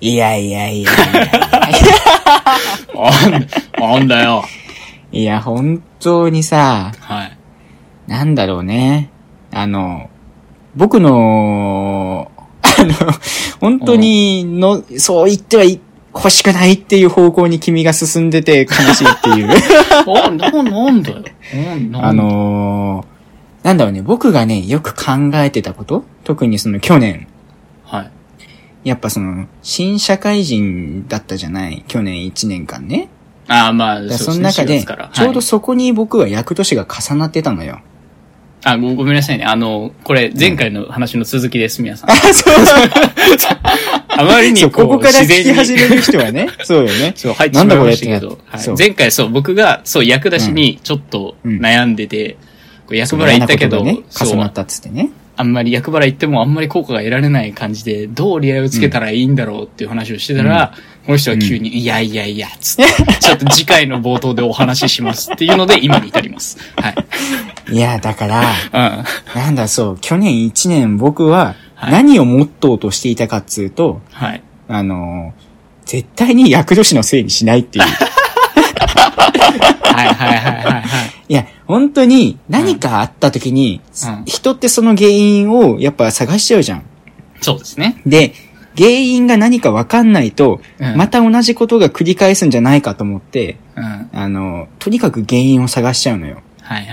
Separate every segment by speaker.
Speaker 1: いやいやいや
Speaker 2: あん、あんだよ。
Speaker 1: いや。いや、本当にさ、
Speaker 2: はい。
Speaker 1: なんだろうね。あの、僕の、あの、本当にの、そう言ってはい欲しくないっていう方向に君が進んでて悲しいっていう。
Speaker 2: あ、な、なんだよ。うん、なん
Speaker 1: あ、のーなんだろうね、僕がね、よく考えてたこと特にその去年、
Speaker 2: はい。
Speaker 1: やっぱその、新社会人だったじゃない去年1年間ね。
Speaker 2: あーま
Speaker 1: だ
Speaker 2: あ、
Speaker 1: から
Speaker 2: う
Speaker 1: その
Speaker 2: ね
Speaker 1: 中
Speaker 2: 4
Speaker 1: で、
Speaker 2: 月から
Speaker 1: ちょうど
Speaker 2: はい
Speaker 1: そこに僕は役年が重なってたのよ。
Speaker 2: あご、ごめんなさいね。あの、これ、前回の話の続きです、皆さん。
Speaker 1: あ、そう
Speaker 2: あまり
Speaker 1: そう、
Speaker 2: にこ
Speaker 1: こ
Speaker 2: う、
Speaker 1: こから
Speaker 2: 自
Speaker 1: 聞き
Speaker 2: 然
Speaker 1: 始
Speaker 2: に。
Speaker 1: める人はね、そうよね。
Speaker 2: そう、入ってしまいましたけ
Speaker 1: なんだ
Speaker 2: ど
Speaker 1: こ。れってな
Speaker 2: は
Speaker 1: そう
Speaker 2: い、前回、そう、僕が、そう、役出しにちょっと悩んでて、こう役
Speaker 1: そう
Speaker 2: 払い行ったけ
Speaker 1: 嫌
Speaker 2: ど、
Speaker 1: なことがね、
Speaker 2: そ
Speaker 1: 重なっ
Speaker 2: う、
Speaker 1: たっつってね。
Speaker 2: あんまり役払い行ってもあんまり効果が得られない感じで、どう折り合いをつけたらいいんだろうっていう話をしてたら、この人は急に、いやいやいや、つって、ちょっと次回の冒頭でお話ししますっていうので、今に至ります。はい。
Speaker 1: いや、だから、
Speaker 2: うん。
Speaker 1: なんだそう、去年1年僕は
Speaker 2: はい
Speaker 1: 何をモットーとしていたかっつうと、
Speaker 2: はい。
Speaker 1: あのー、絶対に役女子のせいにしない っていう。
Speaker 2: はいはいはいはいはい。
Speaker 1: いや、本当に何かあった時に、
Speaker 2: うん
Speaker 1: 人ってその原因をやっぱ探しちゃうじゃん。
Speaker 2: そうですね。
Speaker 1: で、原因が何かわかんないと、
Speaker 2: うん
Speaker 1: また同じことが繰り返すんじゃないかと思って、
Speaker 2: うん。はい
Speaker 1: あの、とにかく原因を探しちゃうのよ。
Speaker 2: はい。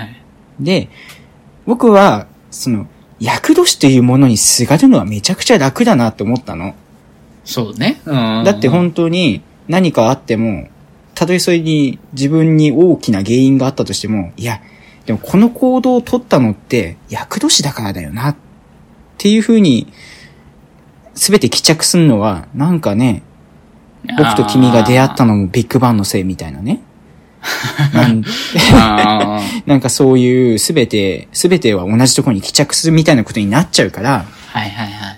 Speaker 1: で、僕は、その、厄年というものにすがるのはめちゃくちゃ楽だなって思ったの。
Speaker 2: そうね。うん。
Speaker 1: だって本当に何かあっても、たとえそれに自分に大きな原因があったとしても、いや、でもこの行動を取ったのって厄年だからだよなっていうふうに、すべて帰着するのは、なんかね、僕と君が出会ったのもビッグバンのせいみたいなね。 なん
Speaker 2: あー。
Speaker 1: なんかそういうすべて、すべては同じところに帰着するみたいなことになっちゃうから、
Speaker 2: はいはいはい。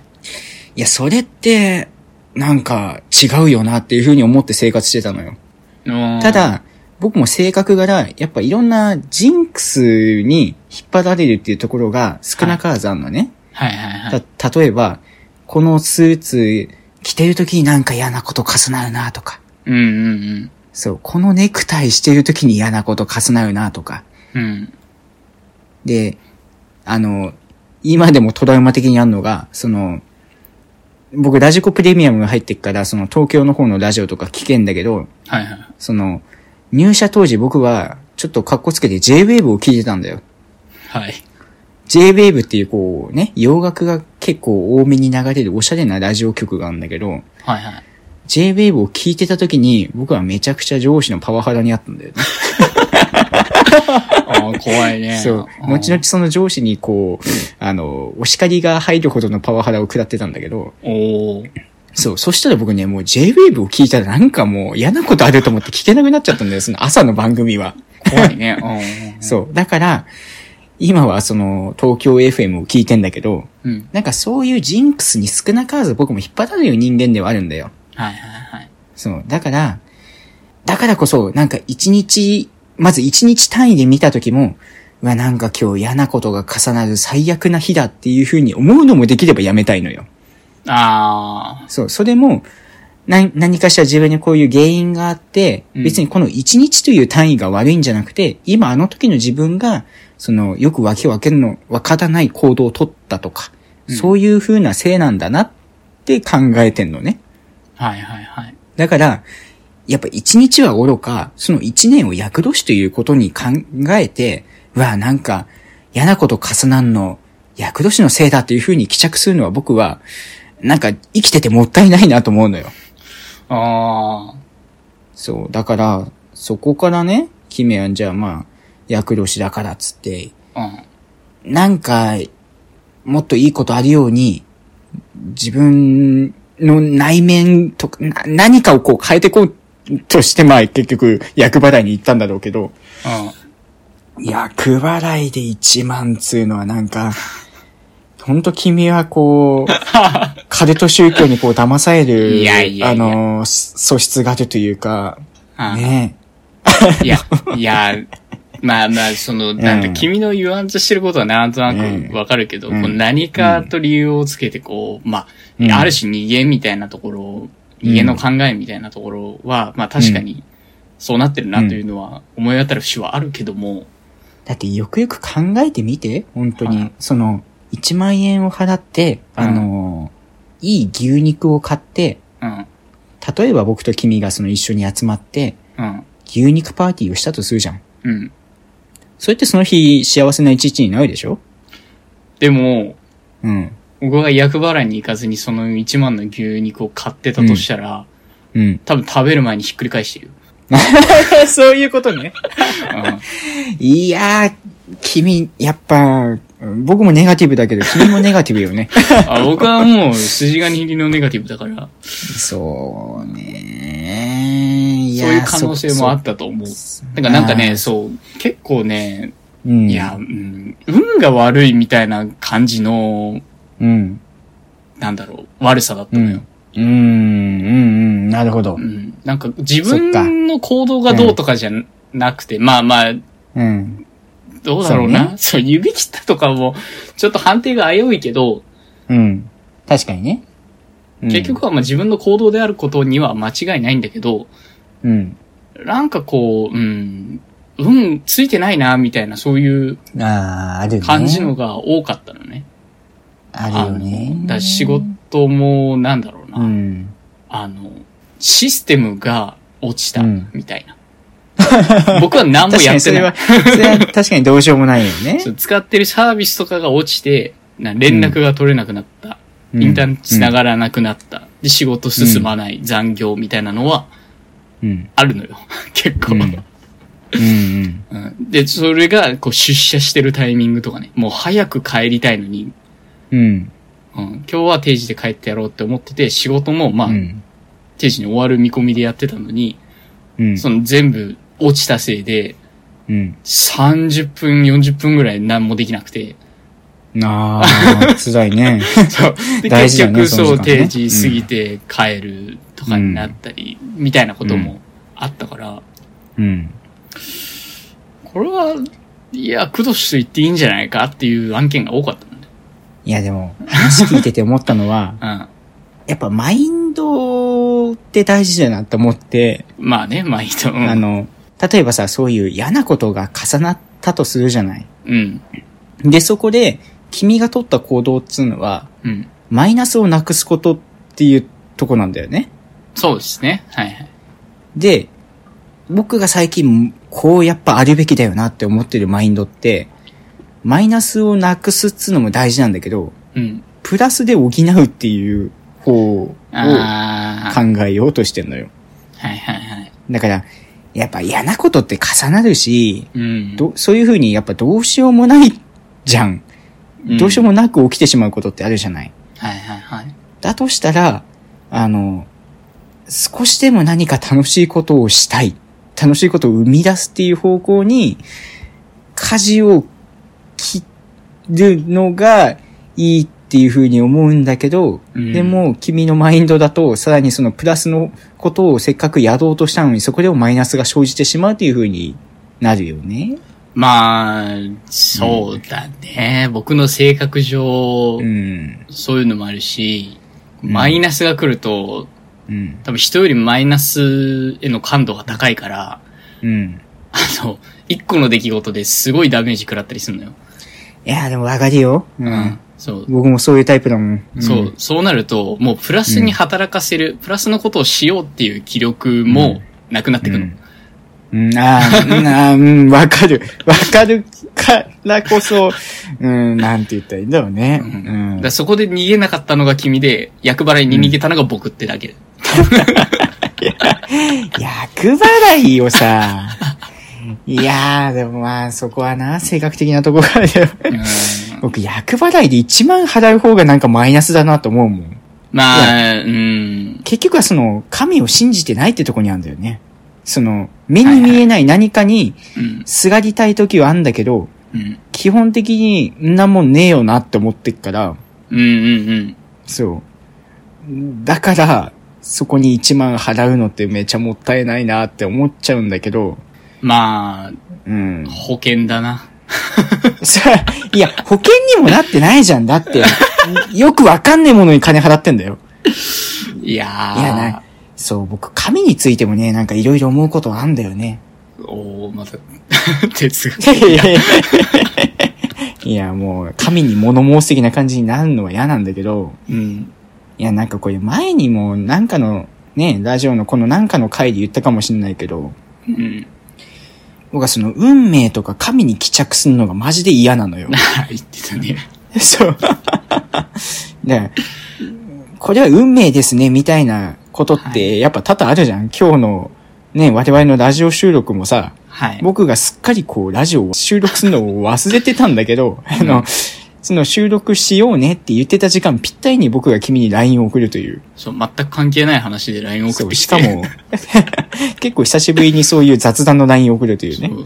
Speaker 1: いや、それって、なんか違うよなっていうふうに思って生活してたのよ。
Speaker 2: うん
Speaker 1: た、だ、僕も性格柄、やっぱいろんなジンクスに引っ張られるっていうところが少なからずあんのね。
Speaker 2: はいはいはい。
Speaker 1: た、例えば、このスーツ着てる時になんか嫌なこと重なるなとか、
Speaker 2: うんうん
Speaker 1: そう、このネクタイしてる時に嫌なこと重なるなとか、
Speaker 2: うん。うん。
Speaker 1: で、あの、今でもトラウマ的にあるのが、その、僕ラジコプレミアムが入ってっから、その東京の方のラジオとか聞けんだけど、
Speaker 2: はいはい。
Speaker 1: その、入社当時僕は、ちょっと格好つけて J-Wave を聴いてたんだよ。
Speaker 2: はい。
Speaker 1: J-Wave っていうこうね、洋楽が結構多めに流れるおしゃれなラジオ曲があるんだけど、
Speaker 2: はいはい。
Speaker 1: J-Wave を聴いてた時に、僕はめちゃくちゃ上司のパワハラにあったんだよね。
Speaker 2: ああ、怖いね。
Speaker 1: そう。
Speaker 2: あー
Speaker 1: 後々その上司にこう、あの、お叱りが入るほどのパワハラを食らってたんだけど、
Speaker 2: おー
Speaker 1: そう。そしたら僕ね、もう J-Wave を聞いたらなんかもう嫌なことあると思って聞けなくなっちゃったんだよ、その朝の番組は。
Speaker 2: 怖いね。うん
Speaker 1: そう。だから、今はその東京 FM を聞いてんだけど、
Speaker 2: うんうん。うん。
Speaker 1: なんかそういうジンクスに少なからず僕も引っ張られる人間ではあるんだよ。
Speaker 2: はいはいはい。
Speaker 1: そう。だから、だからこそ、なんか一日、まず一日単位で見た時も、うわ、なんか今日嫌なことが重なる最悪な日だっていうふうに思うのもできればやめたいのよ。
Speaker 2: あ
Speaker 1: そう、それも、何、何かしら自分にこういう原因があって、
Speaker 2: うん
Speaker 1: 別にこの1日という単位が悪いんじゃなくて、今あの時の自分が、その、よくわけわけの、わからない行動を取ったとか、
Speaker 2: うん
Speaker 1: そういう風なせいなんだなって考えてんのね。
Speaker 2: あ。はいはいはい。
Speaker 1: だから、やっぱ1日は愚か、その1年を厄年ということに考えて、うわ、なんか、嫌なこと重なんの、厄年のせいだという風に帰着するのは僕は、なんか生きててもったいないなと思うのよ。
Speaker 2: ああ。
Speaker 1: そう。だから、そこからね、キメはじゃあまあ、厄年だからっつって、
Speaker 2: うん。
Speaker 1: なんか、もっといいことあるように、自分の内面とか、な何かをこう変えてこうとして、まあ結局、役払いに行ったんだろうけど、
Speaker 2: うん。
Speaker 1: 役払いで1万つうのはなんか、ほんと君はこう、 カルト宗教にこう騙される、
Speaker 2: いやいやいや
Speaker 1: あの、素質があるというか、
Speaker 2: あー
Speaker 1: ねえ。
Speaker 2: いや、いや、まあまあ、その、なん
Speaker 1: う
Speaker 2: だ、
Speaker 1: ん
Speaker 2: 君の言わんとしてることはなんとなくわかるけど、
Speaker 1: うん
Speaker 2: こう何かと理由をつけて、こう、ま
Speaker 1: うん
Speaker 2: あ、ある種逃げみたいなところを家の考えみたいなところは、まあ確かにそうなってるなというのは思い当たる節はあるけども、
Speaker 1: だってよくよく考えてみて、本当に。
Speaker 2: はい
Speaker 1: その、1万円を払って、あの、いい牛肉を買って、
Speaker 2: うん、
Speaker 1: 例えば僕と君がその一緒に集まって、
Speaker 2: うん、
Speaker 1: 牛肉パーティーをしたとするじゃん。
Speaker 2: うん。
Speaker 1: それってその日幸せな一日になるでしょ
Speaker 2: でも、
Speaker 1: うん。
Speaker 2: 僕が役払いに行かずにその1万の牛肉を買ってたとしたら、
Speaker 1: うん。
Speaker 2: 多分食べる前にひっくり返してるよ。
Speaker 1: そういうことね。
Speaker 2: うん
Speaker 1: いやー、君、やっぱ、うん僕もネガティブだけど、君もネガティブよ ね。
Speaker 2: あ僕はもう筋金入りのネガティブだから、
Speaker 1: そうねい
Speaker 2: そ
Speaker 1: や
Speaker 2: う
Speaker 1: ー
Speaker 2: いう可能性もあったと思う。なんかなんか
Speaker 1: あ
Speaker 2: ね、
Speaker 1: ー
Speaker 2: そう、結構ね、
Speaker 1: そううん。
Speaker 2: いや、うん、運が悪いみたいな感じの、
Speaker 1: うん。
Speaker 2: なんだろう、悪さだったのよ。
Speaker 1: うん、うん、うん、なるほど
Speaker 2: うん。。なんか自
Speaker 1: そっか
Speaker 2: 分の行動がどうとかじゃなくて、まあまあ、
Speaker 1: うん。
Speaker 2: どうだろう
Speaker 1: そう
Speaker 2: な。そう,、指切ったとかも、ちょっと判定が危ういけど、
Speaker 1: うん。確かにね。うん
Speaker 2: 結、局はまあ自分の行動であることには間違いないんだけど、
Speaker 1: うん。
Speaker 2: なんかこう、うん、運ついてないな、みたいな、そういう
Speaker 1: ああ、あるね。
Speaker 2: 感じのが多かったのね。
Speaker 1: あるよね
Speaker 2: あ。のだ仕。事も、なんだろうな、
Speaker 1: うん。
Speaker 2: あの、システムが落ちた、
Speaker 1: うん
Speaker 2: みたいな。僕は何も
Speaker 1: 確か
Speaker 2: や
Speaker 1: に
Speaker 2: って
Speaker 1: それ
Speaker 2: な
Speaker 1: は、
Speaker 2: い。
Speaker 1: それは確かにどうしようもないよ ね
Speaker 2: そ。う使ってるサービスとかが落ちて、な連絡が取れなくなった。インターネット繋がらなくなった。で、仕事進まない、残業みたいなのは
Speaker 1: うん。
Speaker 2: あるのよ。 結構。
Speaker 1: うんうん。
Speaker 2: うんで、それが、こう、出社してるタイミングとかね、もう早く帰りたいのに、
Speaker 1: うん。うん。
Speaker 2: うん、今日は定時で帰ってやろうって思ってて、仕事も、まあ、
Speaker 1: うん。
Speaker 2: 定時に終わる見込みでやってたのに、
Speaker 1: うん。
Speaker 2: その全部落ちたせいで、
Speaker 1: うん。
Speaker 2: 30分、40分ぐらい何もできなくて、
Speaker 1: なあ、辛いね。
Speaker 2: そう。で、
Speaker 1: 大
Speaker 2: 結
Speaker 1: 事だね
Speaker 2: 局、
Speaker 1: その時間
Speaker 2: そう、
Speaker 1: ね
Speaker 2: 定時過ぎて帰るとかになったり、みたいなこともあったから、
Speaker 1: うん。
Speaker 2: これは、いや、苦労しと言っていいんじゃないかっていう案件が多かったんだ
Speaker 1: いやでも、話聞いてて思ったのは、
Speaker 2: よ。
Speaker 1: やっぱマインドって大事だなって思って、
Speaker 2: うん。まあね、まあいいと思う。
Speaker 1: あの、例えばさ、そういう嫌なことが重なったとするじゃない。
Speaker 2: うん。
Speaker 1: で、そこで、君が取った行動っつうのは、
Speaker 2: うん。
Speaker 1: マイナスをなくすことっていうとこなんだよね。
Speaker 2: そうですね。はいはい。
Speaker 1: で、僕が最近、こうやっぱあるべきだよなって思ってるマインドって、マイナスをなくすっつうのも大事なんだけど、
Speaker 2: うん。
Speaker 1: プラスで補うっていう方を考
Speaker 2: ああ。
Speaker 1: えようとしてんのよ。
Speaker 2: はいはいはい。
Speaker 1: だから、やっぱ嫌なことって重なるし、
Speaker 2: うん。
Speaker 1: どそういうふうにやっぱどうしようもないじゃん。
Speaker 2: うん
Speaker 1: どうしようもなく起きてしまうことってあるじゃない。
Speaker 2: はいはいはい。
Speaker 1: だとしたら、あの、少しでも何か楽しいことをしたい。楽しいことを生み出すっていう方向に、舵を切るのがいいっていうふうに思うんだけど、
Speaker 2: うん
Speaker 1: でも君のマインドだと、さらにそのプラスのことをせっかくやろうとしたのに、そこでもマイナスが生じてしまうというふうになるよね。
Speaker 2: まあ、そうだね。僕の性格上、
Speaker 1: うん。
Speaker 2: そういうのもあるし、
Speaker 1: うん
Speaker 2: マイナスが来ると、
Speaker 1: うん。
Speaker 2: 多分人よりマイナスへの感度が高いから、
Speaker 1: うん。
Speaker 2: あの、一個の出来事ですごいダメージ食らったりするのよ。
Speaker 1: いや、でもわかるよ。うん。
Speaker 2: そう。
Speaker 1: 僕もそういうタイプだもん。ん
Speaker 2: そう、そうなると、もうプラスに働かせる、プラスのことをしようっていう気力もなくなってくるの。
Speaker 1: うん、うんあーうんあー、うん、わかる。わかるからこそ、うん、なんて言ったらいいんだろうね。う
Speaker 2: だ
Speaker 1: ん
Speaker 2: から。そこで逃げなかったのが君で、役払いに逃げたのが僕ってだけ。
Speaker 1: 役払いをさ、いやー、でもまあ、そこはな、性格的なとこからだよ。
Speaker 2: うん
Speaker 1: 僕、役払いで1万払う方がなんかマイナスだなと思うもん。
Speaker 2: まあ、うん。
Speaker 1: 結局はその、神を信じてないってとこにあるんだよね。その、目に見えない何かに
Speaker 2: うん。
Speaker 1: すがりたい時はあんだけど、
Speaker 2: うん。
Speaker 1: 基本的に、んなもんねえよなって思ってっから、
Speaker 2: うんうんうん。
Speaker 1: そう。だから、そこに1万払うのってめちゃもったいないなって思っちゃうんだけど、
Speaker 2: まあ、
Speaker 1: うん。
Speaker 2: 保険だな。
Speaker 1: そいや、保険にもなってないじゃん。だって、よくわかんねえものに金払ってんだよ。
Speaker 2: いや
Speaker 1: い
Speaker 2: ー。
Speaker 1: やな、そう、僕、紙についてもね、なんかいろいろ思うことはあんだよね。
Speaker 2: おー、また、 哲学。
Speaker 1: いや、もう、紙に物申す的な感じになるのは嫌なんだけど、
Speaker 2: うん。
Speaker 1: いや、なんかこれ前にも、なんかの、ね、ラジオのこのなんかの回で言ったかもしれないけど、
Speaker 2: うん。
Speaker 1: 僕はその運命とか神に帰着するのがマジで嫌なのよ。
Speaker 2: 言ってたね。
Speaker 1: そう。 だからこれは運命ですね、みたいなことっ
Speaker 2: は
Speaker 1: て、やっぱ多々あるじゃん。今日の、ね、我々のラジオ収録もさ、
Speaker 2: はい。
Speaker 1: 僕がすっかりこう、ラジオを収録するのを忘れてたんだけど、あ
Speaker 2: う
Speaker 1: の、その収録しようねって言ってた時間ぴったりに僕が君に LINE を送るという。
Speaker 2: そう、全く関係ない話で LINE 送
Speaker 1: そ
Speaker 2: っ
Speaker 1: う、
Speaker 2: てき。
Speaker 1: してかも、 結構久しぶりにそういう雑談の LINE を送るという
Speaker 2: そ
Speaker 1: ね。
Speaker 2: う、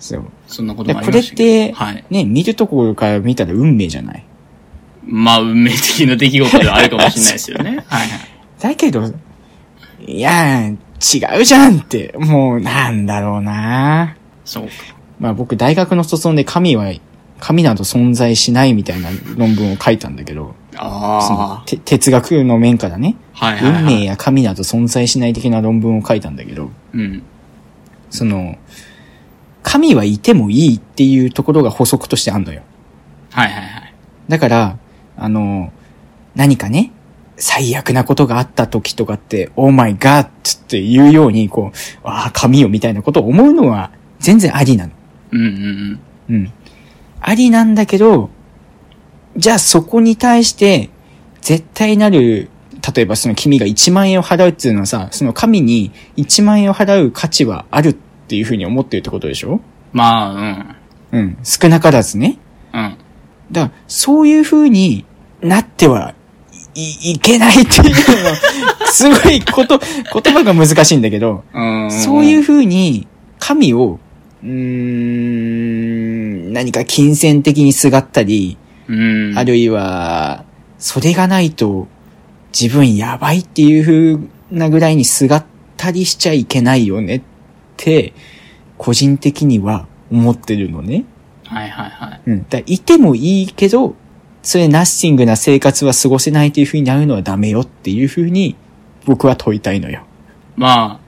Speaker 1: そう。
Speaker 2: そんなこと
Speaker 1: で
Speaker 2: もあ
Speaker 1: こ
Speaker 2: り
Speaker 1: れ
Speaker 2: ま
Speaker 1: っ
Speaker 2: したけ
Speaker 1: て、
Speaker 2: ど。はい。
Speaker 1: ね、見るところから見たら運命じゃない。
Speaker 2: まあ、運命的な出来事ではあるかもしれないですよ ね。はいはい。
Speaker 1: だけど、いや、違うじゃんって、もう、なんだろうな。
Speaker 2: そうか。
Speaker 1: まあ僕、大学の卒論で神は、神など存在しないみたいな論文を書いたんだけど、その
Speaker 2: あ
Speaker 1: て哲学の面からね、
Speaker 2: あ。はいはい、はい。
Speaker 1: 運命や神など存在しない的な論文を書いたんだけど、
Speaker 2: うん。
Speaker 1: その、神はいてもいいっていうところが補足としてあんのよ。
Speaker 2: はいはいはい。
Speaker 1: だから、あの、何かね、最悪なことがあった時とかって、オーマイガッって言うように、こう、ああ、神よみたいなことを思うのは全然ありなの。
Speaker 2: うんうん
Speaker 1: うん。ありなんだけど、じゃあそこに対して、絶対なる、例えばその君が1万円を払うっていうのはさ、その神に1万円を払う価値はあるっていうふうに思ってるってことでしょ
Speaker 2: まあ、
Speaker 1: うん。少なからずね。
Speaker 2: うん。うん。
Speaker 1: だから、そういう風になってはい、いけないっていうのは、すごいこと、言葉が難しいんだけど、
Speaker 2: うん。
Speaker 1: そういう風に神を、うーん、何か金銭的にすがったり、
Speaker 2: うん。
Speaker 1: あるいは、それがないと自分やばいっていう風なぐらいにすがったりしちゃいけないよねって、個人的には思ってるのね。
Speaker 2: はいはいはい。
Speaker 1: うん。だからいてもいいけど、それナッシングな生活は過ごせないという風になるのはダメよっていう風に、僕は問いたいのよ。
Speaker 2: ま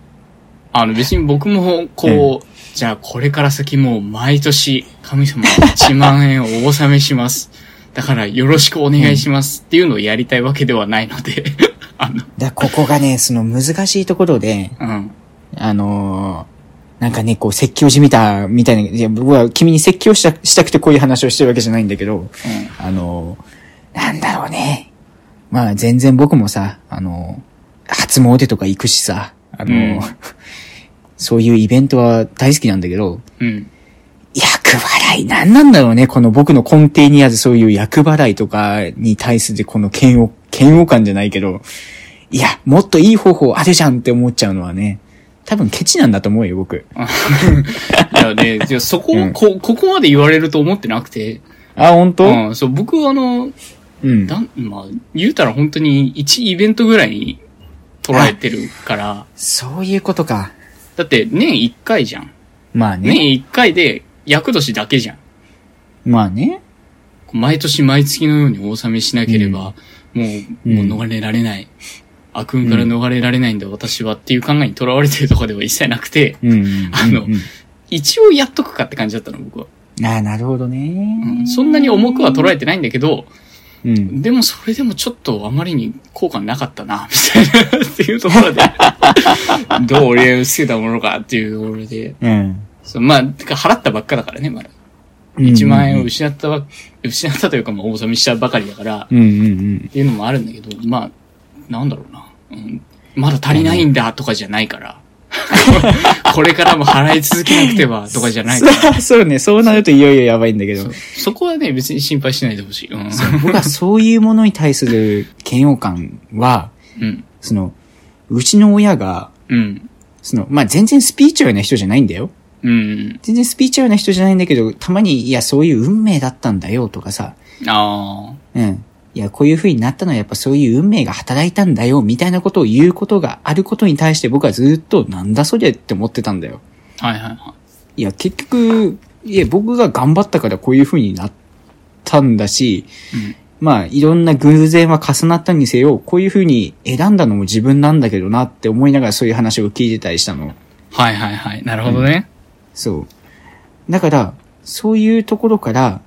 Speaker 2: あ、あの別に僕もこう、じゃあこれから先もう毎年神様1万円をお納めします。だからよろしくお願いしますっていうのをやりたいわけではないので、 あの、
Speaker 1: だからここがね、その難しいところで、
Speaker 2: うん。
Speaker 1: あのーなんかね、こう、説教じみた、みたいな、いや、僕は君に説教した、したくてこういう話をしてるわけじゃないんだけど、あのーなんだろうね。まあ、全然僕もさ、あのー初詣とか行くしさ、あのー
Speaker 2: うん
Speaker 1: そういうイベントは大好きなんだけど、
Speaker 2: うん。うん。
Speaker 1: 役払い、何なんだろうね。この僕の根底にあるそういう役払いとかに対するこの嫌悪、嫌悪感じゃないけど、いや、もっといい方法あるじゃんって思っちゃうのはね、多分ケチなんだと思うよ、僕。
Speaker 2: だよね、じゃあそこをこ、ここまで言われると思ってなくて、
Speaker 1: あ、本当
Speaker 2: うん、そう、僕はあの、
Speaker 1: うん。
Speaker 2: だんまあ、言うたら本当に1イベントぐらいに捉えてるから、
Speaker 1: そういうことか。
Speaker 2: だって年1回じゃん。
Speaker 1: まあね。
Speaker 2: 年1回で、厄年だけじゃん。
Speaker 1: まあね。
Speaker 2: 毎年毎月のようにお納めしなければ、もう、
Speaker 1: うん
Speaker 2: もう逃れられない。悪運から逃れられないんだ、私はっていう考えにとらわれてるとかでは一切なくて、
Speaker 1: うんうんうんうん。
Speaker 2: あの一応やっとくかって感じだったの、僕は。
Speaker 1: ああ、なるほどね、
Speaker 2: うんそんなに重くは捉えてないんだけど、
Speaker 1: うん。
Speaker 2: でもそれでもちょっとあまりに効果なかったな、みたいな、っていうところで、どう俺を捨てたものかっていうところで、
Speaker 1: うん。
Speaker 2: そうまあ、てか払ったばっかだからね、まだ。1万円を失ったば、失ったというか、まあ、お納めしたばかりだから、
Speaker 1: うんうんうん。
Speaker 2: っていうのもあるんだけど、まあ、なんだろうな。うん、まだ足りないんだとかじゃな いから。これからも払い続けなくてはとかじゃないか ら。
Speaker 1: そうね、そうなるといよいよやばいんだけど
Speaker 2: そ。そこはね、別に心配しないでほしい。うん。
Speaker 1: 僕はそういうものに対する嫌悪感は、
Speaker 2: うん。
Speaker 1: その、うちの親が、
Speaker 2: うん。
Speaker 1: その、まあ、全然スピーチュアルな人じゃないんだよ。
Speaker 2: うん。
Speaker 1: 全然スピーチュアルな人じゃないんだけど、たまに、いや、そういう運命だったんだよとかさ、
Speaker 2: あ
Speaker 1: うん。いや、こういう風になったのはやっぱそういう運命が働いたんだよ、みたいなことを言うことがあることに対して僕はずっと、なんだそりゃって思ってたんだよ。
Speaker 2: あ。はいはいはい
Speaker 1: や、結局、いや、僕が頑張ったからこういう風になったんだし、
Speaker 2: い。
Speaker 1: まあ、いろんな偶然は重なったにせよ、こういう風に選んだのも自分なんだけどなって思いながらそういう話を聞いてたりしたの。
Speaker 2: はいはいはい。なるほどね。
Speaker 1: そう。だから、そういうところから、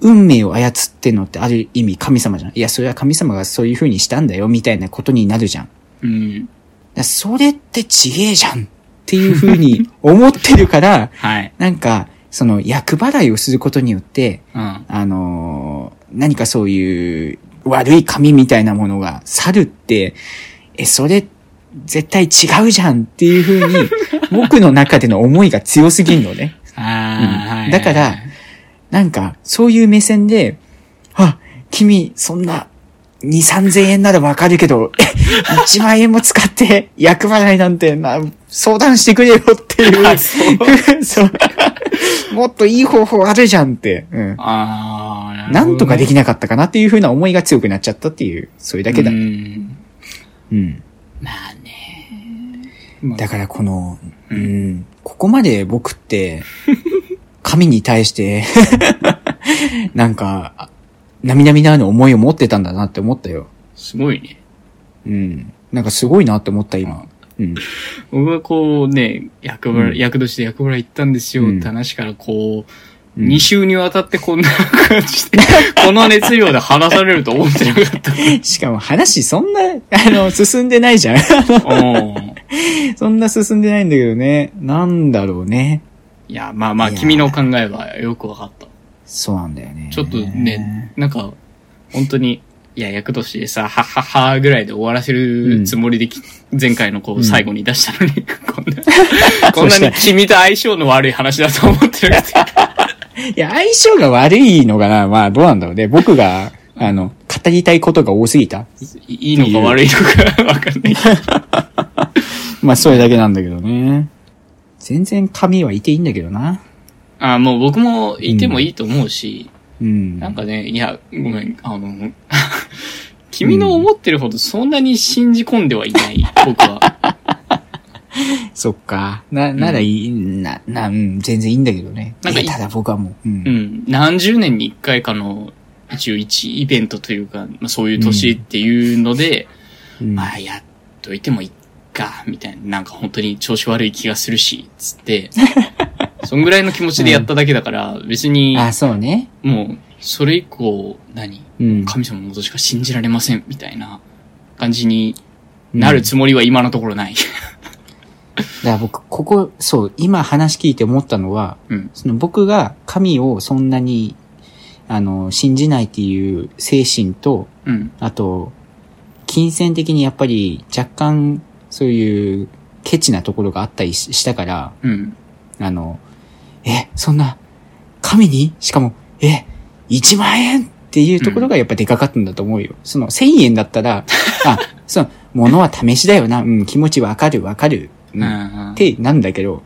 Speaker 1: 運命を操ってんのってある意味神様じゃん。いや、それは神様がそういう風にしたんだよ、みたいなことになるじゃん。だか
Speaker 2: うん。
Speaker 1: らそれってちげえじゃんっていう風に思ってるから、
Speaker 2: はい。
Speaker 1: なんか、その役払いをすることによって、
Speaker 2: うん。
Speaker 1: あのー何かそういう悪い神みたいなものが去るって、え、それ、絶対違うじゃんっていう風に、僕の中での思いが強すぎるのね。
Speaker 2: ああ、
Speaker 1: うん
Speaker 2: はい。
Speaker 1: だからなんか、そういう目線で、あ、君、そんな、二、三千円ならわかるけど、 一万円も使って、役払いなんて、な、相談してくれよってい
Speaker 2: あ
Speaker 1: う。
Speaker 2: そ う
Speaker 1: そうもっといい方法あるじゃんって。うん。
Speaker 2: ああ、
Speaker 1: なんとかで
Speaker 2: き
Speaker 1: きなかったかなっていうふうな思いが強くなっちゃったっていう、それだ
Speaker 2: る
Speaker 1: けだ。
Speaker 2: う
Speaker 1: うん。
Speaker 2: ん。まあね。まあ
Speaker 1: だからこの、うん、ここまで僕 って、神に対して、 なんか、あ並々ならぬ思いを持ってたんだなって思ったよ。
Speaker 2: すごいね。
Speaker 1: うん。なんかすごいなって思った今。うん。
Speaker 2: 僕はこうね、役場、
Speaker 1: うん
Speaker 2: 役年で役場行ったんですよって話から
Speaker 1: う
Speaker 2: こう、
Speaker 1: ん
Speaker 2: 2週にわたってこんな感じで、 この熱量で話されると思ってなかった。
Speaker 1: しかも話そんな、あの、進んでないじゃん。
Speaker 2: おー
Speaker 1: そんな進んでないんだけどね。なんだろうね。
Speaker 2: いや、まあまあ、
Speaker 1: いやー
Speaker 2: 君の考えはよくわかった。
Speaker 1: そうなんだよね。
Speaker 2: ちょっとね、なんか、本当に、いや、役年でさ、はっはっはぐらいで終わらせるつもりでき、前回のこ
Speaker 1: う
Speaker 2: うん最後に出したのに、 こん な、こんなに君と相性の悪い話だと思ってるって。
Speaker 1: いや、相性が悪いのかなまあ、どうなんだろうね。僕が、あの、語りたいことが多すぎた。
Speaker 2: いいのか悪いのかわかんないけど。
Speaker 1: まあ、それだけなんだけどね。全然髪はいていいんだけどな。
Speaker 2: あもう僕もいてもいいと思うし、
Speaker 1: うん。
Speaker 2: なんかね、いや、ごめん、あの、 君の思ってるほどそんなに信じ込んではいない、僕は。
Speaker 1: そっか。な、ならいい、な、な、うん、全然いいんだけどね。
Speaker 2: なんか
Speaker 1: いやただ僕はもう、う。
Speaker 2: うんん、何十年に一回かの、一応一イベントというか、まあ、そういう年っていうので、
Speaker 1: うん
Speaker 2: まあ、やっといてもいっか、みたいな、なんか本当に調子悪い気がするし、つ って、そんぐらいの気持ちでやっただけだから、別に、
Speaker 1: あ、そうね。
Speaker 2: もう、それ以降、何
Speaker 1: うん。
Speaker 2: 神様のことしか信じられません、みたいな感じになるつもりは今のところない。
Speaker 1: だから僕、ここ、そう、今話聞いて思ったのは、
Speaker 2: うん。
Speaker 1: その僕が神をそんなに、あの、信じないっていう精神と、
Speaker 2: うん。
Speaker 1: あと、金銭的にやっぱり若干そういうケチなところがあったりししたから、
Speaker 2: うん。
Speaker 1: あの、え、そんな、神にしかも、え、1万円っていうところがやっぱでかかったんだと思うよ。その1000円だった ら、あ、その、物は試しだよな、うん、気持ちわかるわかる、うん、っ
Speaker 2: うん
Speaker 1: てなんだけど、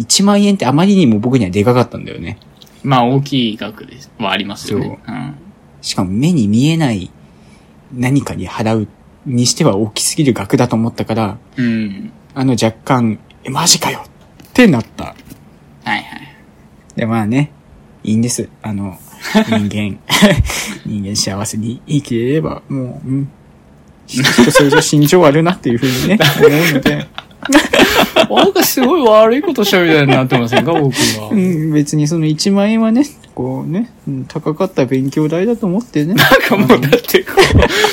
Speaker 1: 1万円ってあまりにも僕にはでかかったんだよね。
Speaker 2: まあ、大きい額ですはありますよね。うん。
Speaker 1: しかも目に見えない何かに払うにしては大きすぎる額だと思ったから、
Speaker 2: うん。
Speaker 1: あの若干、え、マジかよってなった。
Speaker 2: はいはい。
Speaker 1: で、まあね、いいんです。あの、人間、 人間幸せに生きれれば、もう、うん。ちょっとそれじゃ心情悪いなっていうふう にね、思うので、
Speaker 2: なんかすごい悪いことしたみたいになってませんか、僕は。
Speaker 1: う
Speaker 2: なん
Speaker 1: ん、別にその1万円はね、こうね、うん高かった勉強代だと思ってね。
Speaker 2: かもう、だってこう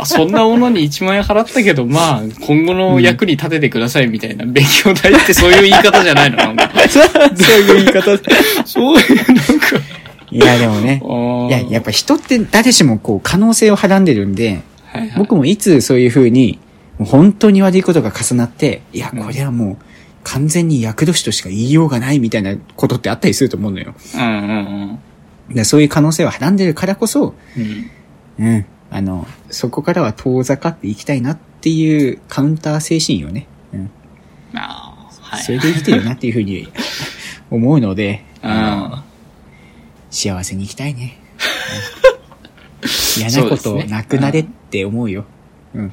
Speaker 2: あ、そんなものに1万円払ったけど、まあ、今後の役に立ててくださいみたいな、勉強代ってそういう言い方じゃないのなんか。
Speaker 1: そういう言い方。
Speaker 2: そういう、なんか。
Speaker 1: いや、でもね、いや、や
Speaker 2: っ
Speaker 1: っぱ人って誰しもこう可能性をはらんでるんで、
Speaker 2: ぱ、はいはい
Speaker 1: 僕もいつそういう風に、もう本当に悪いことが重なって、いや、
Speaker 2: うん
Speaker 1: これはもう完全に役年としか言いようがないみたいなことってあったりすると思うのよ。
Speaker 2: うんうんうん。
Speaker 1: でそういう可能性をはらんでるからこそ、
Speaker 2: うん
Speaker 1: うん、あの、そこからは遠ざかっていきたいなっていうカウンター精神をね、うん、
Speaker 2: ああ、はい。
Speaker 1: それで生きてるなっていう風に 思うので、
Speaker 2: うん。
Speaker 1: 幸せに生きたい ね。うん嫌
Speaker 2: そ
Speaker 1: な
Speaker 2: う
Speaker 1: こ
Speaker 2: ですね
Speaker 1: となくなれって思うよ。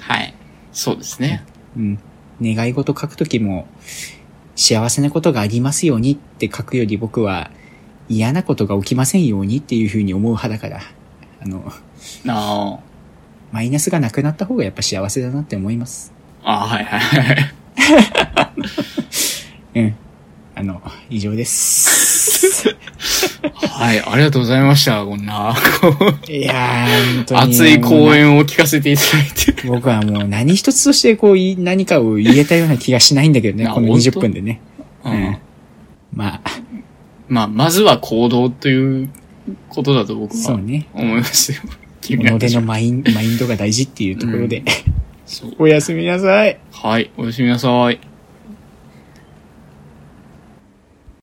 Speaker 2: はい。そうですね。
Speaker 1: うん。願い事書くときも、幸せなことがありますようにって書くより僕は、嫌なことが起きませんようにっていうふうに思う派だから。あの、
Speaker 2: あ
Speaker 1: マイナスがなくなった方がやっぱ幸せだなって思います。
Speaker 2: あ。ああ、はいはいはい。
Speaker 1: うん。あの、以上 です。
Speaker 2: はい、ありがとうございました。こんな、こう
Speaker 1: いやー、本当に。
Speaker 2: 熱い講演を聞かせていただいて。
Speaker 1: 僕はもう何一つとしてこう言い、何かを言えたような気がしないんだけどね、
Speaker 2: あ
Speaker 1: この
Speaker 2: 本当
Speaker 1: 20分でね。
Speaker 2: う
Speaker 1: うんん。まあ、
Speaker 2: まあ、まずは行動ということだと僕
Speaker 1: そ
Speaker 2: は
Speaker 1: うね。
Speaker 2: 思いますよ。
Speaker 1: 己
Speaker 2: 君は
Speaker 1: のマイン、マインドが大事っていうところで。
Speaker 2: そう
Speaker 1: おやすみなさい。
Speaker 2: はい、おやすみなさい。